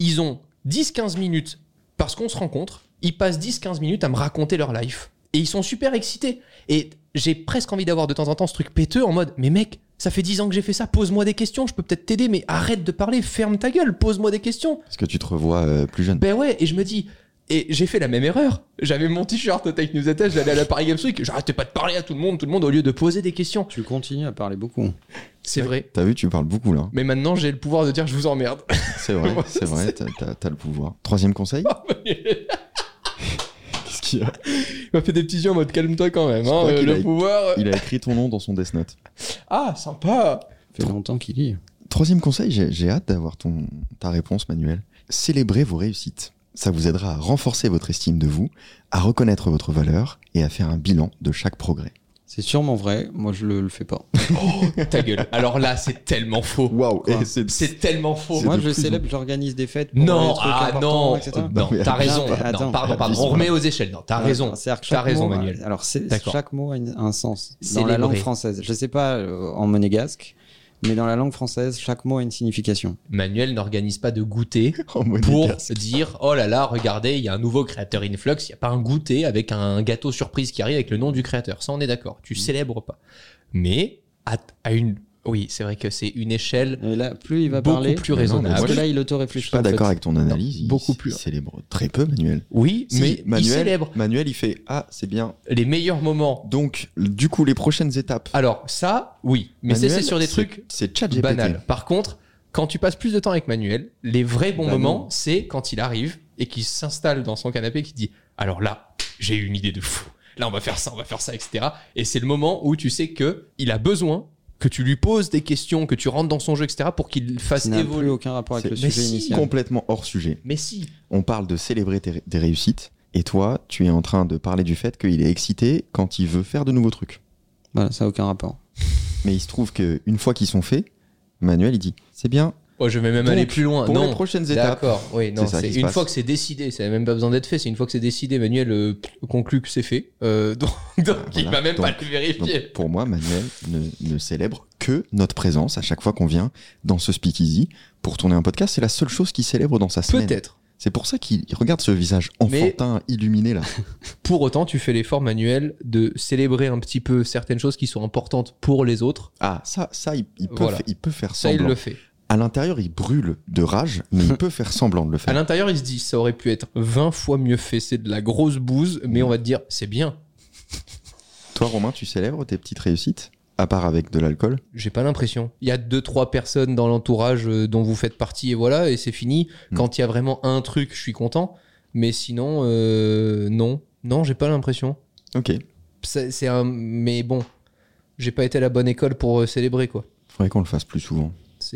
Speaker 3: Ils ont 10-15 minutes parce qu'on se rencontre. Ils passent 10-15 minutes à me raconter leur life et ils sont super excités. Et j'ai presque envie d'avoir de temps en temps ce truc péteux en mode mais mec. Ça fait 10 ans que j'ai fait ça, pose-moi des questions, je peux peut-être t'aider, mais arrête de parler, ferme ta gueule, pose-moi des questions.
Speaker 1: parce que tu te revois euh, plus jeune.
Speaker 3: Ben ouais, et je me dis, Et j'ai fait la même erreur. J'avais mon t-shirt au Tech News Attach, j'allais à la Paris Games Week, j'arrêtais pas de parler à tout le monde, tout le monde, au lieu de poser des questions.
Speaker 2: Tu continues à parler beaucoup.
Speaker 3: C'est vrai.
Speaker 1: T'as vu, tu parles beaucoup là.
Speaker 3: Mais maintenant, j'ai le pouvoir de dire je vous emmerde.
Speaker 1: C'est vrai, c'est vrai, t'as- t'as t'as le pouvoir. Troisième conseil Qu'est-ce qu'il y a
Speaker 3: Il m'a fait des petits yeux en mode calme-toi quand même.
Speaker 1: Je
Speaker 3: hein,
Speaker 1: crois
Speaker 3: euh,
Speaker 1: qu'il
Speaker 3: le
Speaker 1: a-
Speaker 3: pouvoir. euh.
Speaker 1: Il a écrit ton nom dans son Death Note.
Speaker 3: Ah, sympa.
Speaker 2: Ça fait longtemps qu'il lit.
Speaker 1: Troisième conseil, j'ai j'ai hâte d'avoir ton ta réponse, Manuel. Célébrez vos réussites. Ça vous aidera à renforcer votre estime de vous, à reconnaître votre valeur et à faire un bilan de chaque progrès.
Speaker 2: C'est sûrement vrai. Moi, je le, le fais pas.
Speaker 3: Oh, ta gueule. Alors là, c'est tellement faux.
Speaker 1: Waouh
Speaker 2: et
Speaker 3: C'est tellement faux.
Speaker 1: C'est
Speaker 2: Moi,
Speaker 1: de
Speaker 2: je
Speaker 1: plus en-
Speaker 2: célèbre, j'organise des fêtes. pour les
Speaker 3: Non,
Speaker 2: trucs
Speaker 3: ah
Speaker 2: importants,
Speaker 3: non,
Speaker 2: etc.
Speaker 1: Non,
Speaker 3: non,
Speaker 1: mais
Speaker 3: t'as
Speaker 1: attends,
Speaker 3: raison.
Speaker 2: mais attends,
Speaker 3: non, pardon, pardon.
Speaker 1: attends.
Speaker 3: On remet aux échelles. Non, t'as raison.
Speaker 2: C'est-à-dire que
Speaker 3: T'as
Speaker 2: chaque
Speaker 3: raison,
Speaker 2: mot a-
Speaker 3: Manuel.
Speaker 2: Alors, c'est-
Speaker 3: D'accord.
Speaker 2: chaque mot a une- un sens dans
Speaker 3: Célébrer.
Speaker 2: la langue française. Je sais pas euh, en monégasque, mais dans la langue française, chaque mot a une signification.
Speaker 3: Manuel n'organise pas de goûter
Speaker 1: En mode
Speaker 3: pour
Speaker 1: efficace.
Speaker 3: dire oh là là, regardez, il y a un nouveau créateur Influx, il n'y a pas un goûter avec un gâteau surprise qui arrive avec le nom du créateur. Ça, on est d'accord. Tu célèbres pas. Mais à, à une. Oui, c'est vrai que c'est une échelle
Speaker 2: Et là, plus il va
Speaker 3: beaucoup
Speaker 2: parler,
Speaker 3: plus
Speaker 1: Ah,
Speaker 2: parce
Speaker 1: moi,
Speaker 2: que
Speaker 3: raisonnable.
Speaker 1: je-
Speaker 2: là, il
Speaker 1: Je suis
Speaker 2: auto-réfléchit.
Speaker 1: pas
Speaker 2: en fait.
Speaker 1: d'accord avec ton analyse. il-
Speaker 3: beaucoup plus.
Speaker 1: Il célèbre très peu, Manuel.
Speaker 3: Oui,
Speaker 1: Si,
Speaker 3: mais
Speaker 1: Manuel,
Speaker 3: il célèbre
Speaker 1: Manuel, il fait Ah, c'est bien.
Speaker 3: les meilleurs moments.
Speaker 1: Donc, du coup, les prochaines étapes.
Speaker 3: Alors, ça, oui. Mais ça,
Speaker 1: Manuel,
Speaker 3: c'est sur des trucs
Speaker 1: C'est ChatGPT.
Speaker 3: banal. Par contre, quand tu passes plus de temps avec Manuel, les vrais bons
Speaker 2: Bah non.
Speaker 3: moments, c'est quand il arrive et qu'il s'installe dans son canapé et qu'il dit Alors là, j'ai eu une idée de fou. Là, on va faire ça, on va faire ça, etc. Et c'est le moment où tu sais que il a besoin que tu lui poses des questions, que tu rentres dans son jeu, etc. pour qu'il fasse
Speaker 2: Ça n'a plus
Speaker 3: évoluer.
Speaker 2: aucun rapport avec
Speaker 1: C'est-
Speaker 2: le
Speaker 1: mais
Speaker 2: sujet
Speaker 1: si,
Speaker 2: initial.
Speaker 1: complètement hors sujet.
Speaker 3: Mais si,
Speaker 1: On parle de célébrer tes- des réussites. Et toi, tu es en train de parler du fait qu'il est excité quand il veut faire de nouveaux trucs.
Speaker 2: Voilà, ça n'a aucun rapport.
Speaker 1: Mais il se trouve que une fois qu'ils sont faits, Manuel, il dit C'est bien.
Speaker 3: oh, je vais même
Speaker 1: Pour-
Speaker 3: aller plus loin.
Speaker 1: Pour les
Speaker 3: non,
Speaker 1: prochaines étapes.
Speaker 3: d'accord. Oui, non,
Speaker 1: C'est ça
Speaker 3: c'est
Speaker 1: qui se
Speaker 3: une
Speaker 1: passe.
Speaker 3: fois que c'est décidé, ça n'a même pas besoin d'être fait. C'est une fois que c'est décidé, Manuel euh, conclut que c'est fait. Euh, donc, donc il
Speaker 1: voilà.
Speaker 3: va même pas
Speaker 1: Donc-
Speaker 3: le
Speaker 1: Donc,
Speaker 3: vérifier.
Speaker 1: pour moi, Manuel ne, ne célèbre que notre présence à chaque fois qu'on vient dans ce speakeasy pour tourner un podcast. C'est la seule chose qu'il célèbre dans sa semaine.
Speaker 3: Peut-être.
Speaker 1: C'est pour ça qu'il regarde ce visage
Speaker 3: Mais-
Speaker 1: enfantin, illuminé là.
Speaker 3: Pour autant, tu fais l'effort manuel de célébrer un petit peu certaines choses qui sont importantes pour les autres.
Speaker 1: Ah, ça, ça il, il peut,
Speaker 3: Voilà.
Speaker 1: fa- il peut faire
Speaker 3: Ça, il
Speaker 1: semblant.
Speaker 3: le fait.
Speaker 1: À l'intérieur, il brûle de rage, mais il peut faire semblant de le
Speaker 3: À
Speaker 1: faire.
Speaker 3: l'intérieur, il se dit, ça aurait pu être 20 fois mieux fait. C'est de la grosse bouse, mais on va te dire, c'est bien.
Speaker 1: Toi, Romain, tu célèbres tes petites réussites, à part avec de l'alcool.
Speaker 3: J'ai pas l'impression. Il y a deux, trois personnes dans l'entourage euh, dont vous faites partie et voilà, et c'est fini.
Speaker 1: Mm.
Speaker 3: Quand il y a vraiment un truc, je suis content. Mais sinon, euh, non. Non, j'ai pas l'impression.
Speaker 1: Ok.
Speaker 3: C'est c'est un. Mais bon, j'ai pas été à la bonne école pour euh, célébrer, quoi.
Speaker 1: Faudrait qu'on le fasse plus souvent.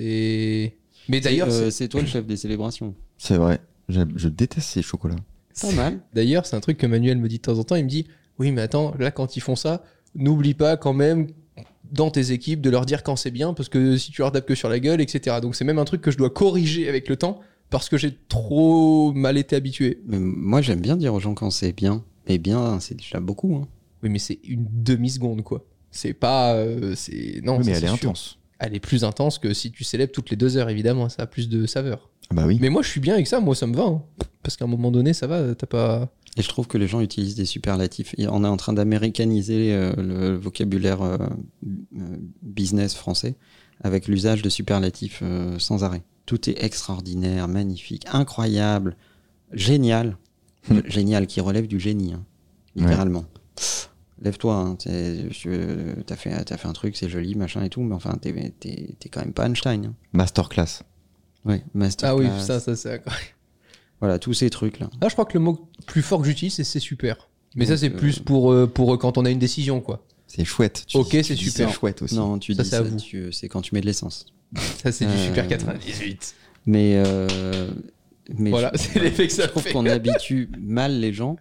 Speaker 3: C'est. Mais d'ailleurs,
Speaker 2: Et, euh,
Speaker 3: c'est-
Speaker 2: c'est toi le chef des célébrations.
Speaker 1: C'est vrai. Je, je déteste ces chocolats.
Speaker 2: Pas mal.
Speaker 3: D'ailleurs, c'est un truc que Manuel me dit de temps en temps. Il me dit Oui, mais attends, là, quand ils font ça, n'oublie pas quand même dans tes équipes de leur dire quand c'est bien, parce que si tu leur tapes que sur la gueule, etc. Donc, c'est même un truc que je dois corriger avec le temps, parce que j'ai trop mal été habitué.
Speaker 2: Mais moi, j'aime bien dire aux gens quand c'est bien. Et bien, c'est déjà beaucoup. hein.
Speaker 3: Oui, mais c'est une demi-seconde, quoi. C'est pas. euh, c'est
Speaker 1: oui,
Speaker 3: Non,
Speaker 1: mais
Speaker 3: ça,
Speaker 1: elle
Speaker 3: c'est
Speaker 1: est
Speaker 3: sûr.
Speaker 1: intense.
Speaker 3: Elle est plus intense que si tu célèbres toutes les deux heures, évidemment, ça a plus de saveur.
Speaker 1: Ah bah oui.
Speaker 3: Mais moi, je suis bien avec ça, moi, ça me va. hein. Parce qu'à un moment donné, ça va, t'as pas.
Speaker 2: Et je trouve que les gens utilisent des superlatifs. Et On est en train d'américaniser euh, le vocabulaire euh, euh, business français avec l'usage de superlatifs euh, sans arrêt. Tout est extraordinaire, magnifique, incroyable, génial.
Speaker 1: Hmm.
Speaker 2: Génial qui relève du génie, hein, littéralement. Pff, Lève-toi, hein, t'es- je- t'as fait, t'as fait un truc, c'est joli, machin et tout, mais enfin, t'es t'es- t'es quand même pas Einstein. hein.
Speaker 1: Masterclass.
Speaker 2: Ouais, master.
Speaker 3: Ah oui, ça, ça, c'est
Speaker 2: Voilà, tous ces trucs-là.
Speaker 3: Ah, je crois que le mot plus fort que j'utilise, c'est c'est super. Mais ça,
Speaker 2: Donc,
Speaker 3: c'est
Speaker 2: euh,
Speaker 3: plus pour, euh, pour euh, quand on a une décision, quoi.
Speaker 1: C'est chouette.
Speaker 3: Ok,
Speaker 1: dis-
Speaker 3: c'est
Speaker 1: dis
Speaker 3: super.
Speaker 1: C'est chouette aussi.
Speaker 2: Non, tu
Speaker 3: Ça,
Speaker 2: dis
Speaker 3: c'est à
Speaker 2: ça,
Speaker 3: vous.
Speaker 2: tu- c'est quand tu mets de l'essence.
Speaker 3: Ça, c'est du
Speaker 2: Euh,
Speaker 3: super 98.
Speaker 2: Mais, euh, mais
Speaker 3: Voilà,
Speaker 2: je,
Speaker 3: c'est l'effet que ça
Speaker 2: je trouve
Speaker 3: fait.
Speaker 2: qu'on habitue mal les gens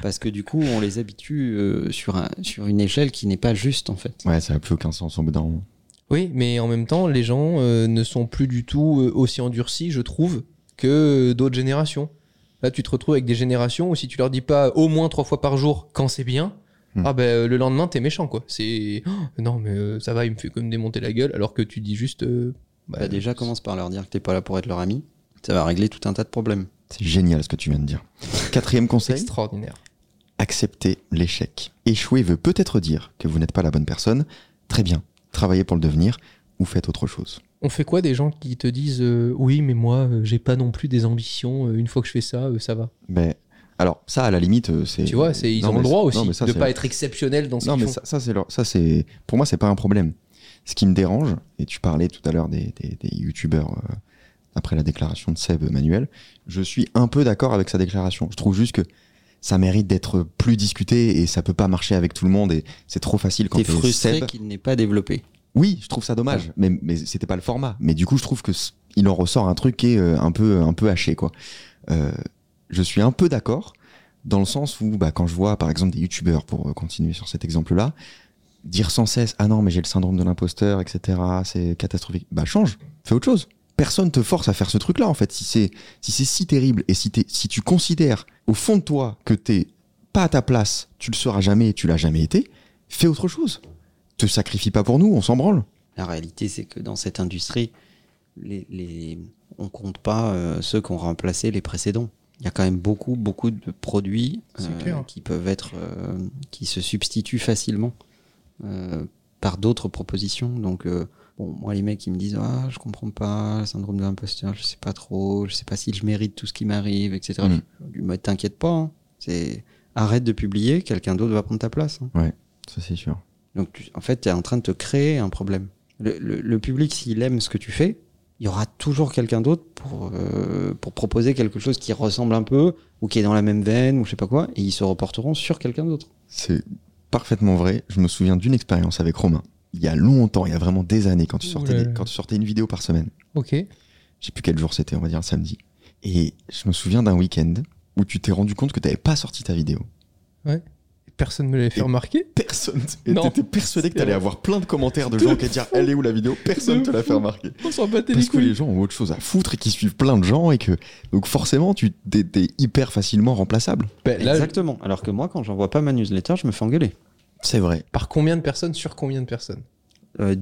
Speaker 2: parce que du coup, on les habitue euh, sur, un- sur une échelle qui n'est pas juste en fait.
Speaker 1: Ouais, ça n'a plus aucun sens au bout d'un moment.
Speaker 3: Oui, mais en même temps, les gens euh, ne sont plus du tout euh, aussi endurcis, je trouve, que euh, d'autres générations. Là, tu te retrouves avec des générations où si tu leur dis pas au moins trois fois par jour quand c'est bien,
Speaker 1: Hmm.
Speaker 3: ah ben euh, le lendemain, t'es méchant, quoi. C'est Oh, non, mais euh, ça va, il me fait comme démonter la gueule, alors que tu dis juste. euh, bah,
Speaker 2: Bah, déjà, commence par leur dire que t'es pas là pour être leur ami. Ça va régler tout un tas de problèmes.
Speaker 1: C'est génial ce que tu viens de dire. Quatrième
Speaker 3: c'est
Speaker 1: conseil.
Speaker 3: extraordinaire.
Speaker 1: Acceptez l'échec. Échouer veut peut-être dire que vous n'êtes pas la bonne personne. Très bien. Travaillez pour le devenir ou faites autre chose.
Speaker 3: On fait quoi des gens qui te disent euh, oui mais moi euh, j'ai pas non plus des ambitions euh, une fois que je fais ça euh, ça va
Speaker 1: Mais Alors, ça, à la limite, euh, c'est.
Speaker 3: Tu vois, c'est- ils
Speaker 1: Non,
Speaker 3: ont
Speaker 1: mais
Speaker 3: le droit
Speaker 1: c'est-
Speaker 3: aussi
Speaker 1: non, mais ça,
Speaker 3: de
Speaker 1: c'est-
Speaker 3: pas être exceptionnels dans ce
Speaker 1: Non, mais
Speaker 3: qu'ils font.
Speaker 1: ça, ça, c'est leur- ça, c'est pour moi, c'est pas un problème. Ce qui me dérange, et tu parlais tout à l'heure des, des, des youtubeurs euh, après la déclaration de Seb Manuel, je suis un peu d'accord avec sa déclaration. Je trouve juste que ça mérite d'être plus discuté et ça peut pas marcher avec tout le monde et c'est trop facile quand
Speaker 2: T'es
Speaker 1: t'es
Speaker 2: frustré
Speaker 1: Seb.
Speaker 2: qu'il n'ait pas développé.
Speaker 1: Oui, je trouve ça dommage, mais, mais c'était pas le format. Mais du coup, je trouve que c- il en ressort un truc qui est euh, un peu, un peu haché, quoi. Euh, je suis un peu d'accord dans le sens où, bah, quand je vois, par exemple, des youtubeurs, pour euh, continuer sur cet exemple-là, dire sans cesse, ah non, mais j'ai le syndrome de l'imposteur, etc., c'est catastrophique. Bah, change, fais autre chose. Personne te force à faire ce truc-là, en fait. Si c'est, si c'est si terrible et si t'es- si tu considères au fond de toi que t'es pas à ta place, tu le seras jamais et tu l'as jamais été, fais autre chose te sacrifie pas pour nous, on s'en branle.
Speaker 2: La réalité, c'est que dans cette industrie, les, les- on compte pas euh, ceux qui ont remplacé les précédents. Il y a quand même beaucoup, beaucoup de produits
Speaker 3: C'est
Speaker 2: euh,
Speaker 3: clair.
Speaker 2: qui peuvent être, euh, qui se substituent facilement euh, par d'autres propositions. Donc, euh, bon, moi, les mecs, ils me disent, ah, je comprends pas, le syndrome de l'imposteur, je sais pas trop, je sais pas si je mérite tout ce qui m'arrive, etc.
Speaker 1: Mm.
Speaker 2: Je lui dis, Mais t'inquiète pas, hein. c'est arrête de publier, quelqu'un d'autre va prendre ta place. hein.
Speaker 1: Ça, c'est sûr.
Speaker 2: Donc, tu- en fait, tu es en train de te créer un problème. Le, le- le public, s'il aime ce que tu fais, il y aura toujours quelqu'un d'autre pour, euh, pour proposer quelque chose qui ressemble un peu, ou qui est dans la même veine, ou je sais pas quoi, et ils se reporteront sur quelqu'un d'autre.
Speaker 1: C'est parfaitement vrai. Je me souviens d'une expérience avec Romain. Il y a longtemps, il y a vraiment des années, quand tu
Speaker 3: Ouh
Speaker 1: sortais,
Speaker 3: là
Speaker 1: des-
Speaker 3: là.
Speaker 1: quand tu sortais une vidéo par semaine.
Speaker 3: Ok.
Speaker 1: Je sais plus quel jour c'était, on va dire le samedi. Et je me souviens d'un week-end où tu t'es rendu compte que t'avais pas sorti ta vidéo.
Speaker 3: Personne me l'avait fait
Speaker 1: Et-
Speaker 3: remarquer.
Speaker 1: Personne.
Speaker 3: et Non.
Speaker 1: T'étais
Speaker 3: t'étais
Speaker 1: persuadé que
Speaker 3: que
Speaker 1: t'allais
Speaker 3: t'allais C'est-
Speaker 1: avoir plein de commentaires de
Speaker 3: De
Speaker 1: gens qui allaient dire elle est où la vidéo. Personne
Speaker 3: De
Speaker 1: te l'a fait
Speaker 3: fou.
Speaker 1: remarquer.
Speaker 3: On s'en battait les
Speaker 1: Parce que
Speaker 3: couilles.
Speaker 1: les gens ont autre chose à foutre et qu'ils suivent plein de gens et que donc forcément tu t'es t'es hyper facilement remplaçable.
Speaker 3: Ben, là,
Speaker 2: Exactement. Alors que moi, quand j'envoie pas ma newsletter, je me fais engueuler.
Speaker 1: C'est vrai.
Speaker 3: par combien de personnes sur combien de personnes
Speaker 2: Euh,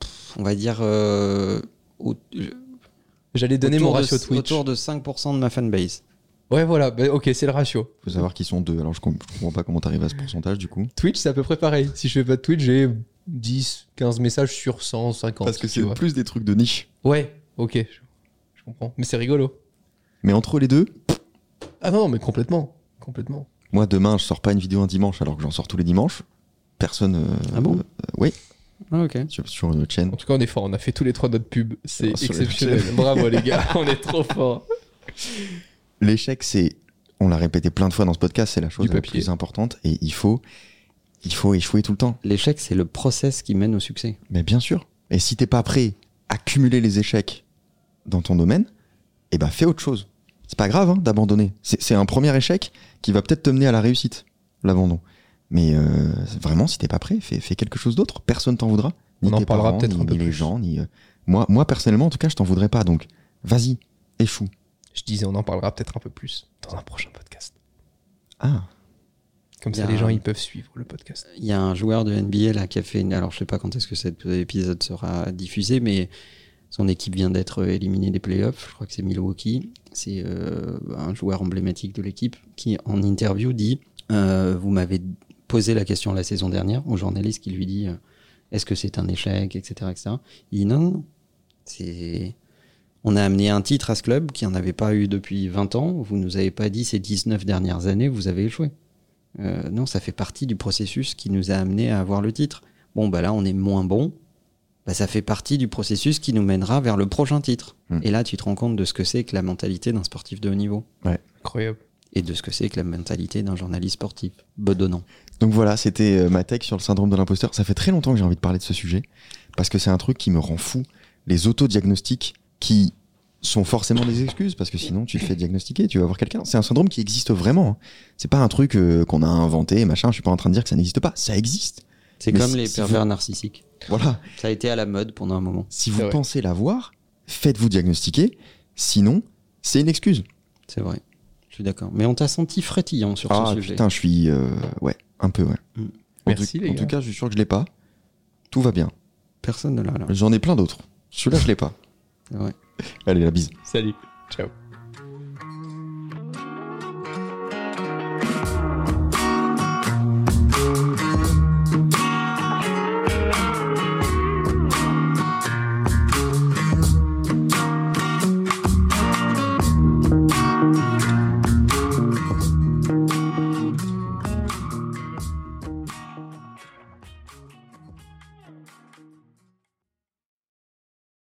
Speaker 2: pff, on va dire. euh, au-
Speaker 3: J'allais donner mon
Speaker 2: autour de-
Speaker 3: ratio Twitch.
Speaker 2: Autour de 5% de ma fanbase.
Speaker 3: Ouais, voilà. Ben, ok, c'est le ratio.
Speaker 1: Faut savoir qu'ils sont deux. Alors je com- je comprends pas comment t'arrives à ce pourcentage du coup.
Speaker 3: Twitch, c'est à peu près pareil. Si je fais pas de Twitch, j'ai 10, 15 messages sur 150.
Speaker 1: Parce que
Speaker 3: tu
Speaker 1: c'est
Speaker 3: vois.
Speaker 1: plus des trucs de niche.
Speaker 3: Ouais, ok. Je, je comprends. Mais c'est rigolo.
Speaker 1: Mais entre les deux,
Speaker 3: Ah non, mais complètement. Complètement.
Speaker 1: moi demain je sors pas une vidéo un dimanche alors que j'en sors tous les dimanches. Personne. euh,
Speaker 2: Ah bon
Speaker 1: euh, Oui,
Speaker 2: Ah, ok.
Speaker 1: sur, sur une autre chaîne.
Speaker 3: En tout cas, on est fort. On a fait tous les trois notre pub. C'est
Speaker 1: Alors, sur le
Speaker 3: exceptionnel. Bravo, les gars. On est trop fort.
Speaker 1: L'échec, c'est, on l'a répété plein de fois dans ce podcast, c'est la chose
Speaker 3: Du
Speaker 1: la
Speaker 3: papier.
Speaker 1: plus importante et il faut, il faut échouer tout le temps.
Speaker 2: L'échec, c'est le process qui mène au succès.
Speaker 1: Mais bien sûr. Et si t'es pas prêt à cumuler les échecs dans ton domaine, eh ben fais autre chose. C'est pas grave hein, d'abandonner. C'est c'est un premier échec qui va peut-être te mener à la réussite, l'abandon. Mais euh, vraiment, si t'es pas prêt, fais, fais quelque chose d'autre. Personne t'en voudra. Ni
Speaker 3: On en
Speaker 1: tes
Speaker 3: parlera
Speaker 1: parents,
Speaker 3: peut-être
Speaker 1: ni-
Speaker 3: un peu
Speaker 1: ni les
Speaker 3: plus.
Speaker 1: gens, ni euh, moi, moi personnellement, en tout cas, je t'en voudrais pas. Donc, vas-y, échoue.
Speaker 3: Je disais, on en parlera peut-être un peu plus dans un prochain podcast.
Speaker 1: Ah,
Speaker 3: Comme ça,
Speaker 2: Bien.
Speaker 3: les gens, ils peuvent suivre le podcast.
Speaker 2: il y a un joueur de NBA là qui a fait une... alors je sais pas quand est-ce que cet épisode sera diffusé mais son équipe vient d'être éliminée des playoffs je crois que c'est Milwaukee c'est euh, un joueur emblématique de l'équipe qui en interview dit euh, vous m'avez posé la question la saison dernière au journaliste qui lui dit euh, est-ce que c'est un échec etc etc il dit non, non, non. c'est on a amené un titre à ce club qui n'en avait pas eu depuis 20 ans. Vous nous avez pas dit ces 19 dernières années, vous avez échoué. Euh, non, ça fait partie du processus qui nous a amené à avoir le titre. Bon, bah là, on est moins bon. Bah, ça fait partie du processus qui nous mènera vers le prochain titre.
Speaker 1: Mm.
Speaker 2: Et là, tu te rends compte de ce que c'est que la mentalité d'un sportif de haut niveau
Speaker 3: Incroyable.
Speaker 2: et de ce que c'est que la mentalité d'un journaliste sportif bedonnant.
Speaker 1: Donc voilà, c'était euh, ma tech sur le syndrome de l'imposteur. Ça fait très longtemps que j'ai envie de parler de ce sujet parce que c'est un truc qui me rend fou. Les autodiagnostics qui sont forcément des excuses parce que sinon tu te fais diagnostiquer, tu vas voir quelqu'un. C'est un syndrome qui existe vraiment. hein. C'est pas un truc euh, qu'on a inventé, machin. Je suis pas en train de dire que ça n'existe pas. Ça existe.
Speaker 2: C'est
Speaker 1: Mais
Speaker 2: comme
Speaker 1: si-
Speaker 2: les
Speaker 1: si
Speaker 2: pervers narcissiques.
Speaker 1: Voilà.
Speaker 2: Ça a été à la mode pendant un moment.
Speaker 1: Si
Speaker 3: C'est
Speaker 1: vous
Speaker 3: vrai.
Speaker 1: pensez l'avoir, faites-vous diagnostiquer. Sinon, c'est une excuse.
Speaker 2: C'est vrai. Je suis d'accord. Mais on t'a senti frétillant sur
Speaker 1: Ah
Speaker 2: ce sujet.
Speaker 1: putain, je suis euh, ouais, un peu ouais.
Speaker 2: Mm.
Speaker 1: En
Speaker 3: Merci,
Speaker 1: tout-
Speaker 3: les
Speaker 1: En
Speaker 3: gars.
Speaker 1: tout cas, je suis sûr que je l'ai pas. Tout va bien.
Speaker 2: Personne ne l'a. alors.
Speaker 1: J'en ai plein d'autres. Celui-là, je l'ai pas.
Speaker 2: C'est vrai.
Speaker 1: Allez, la bise.
Speaker 3: Salut. Ciao.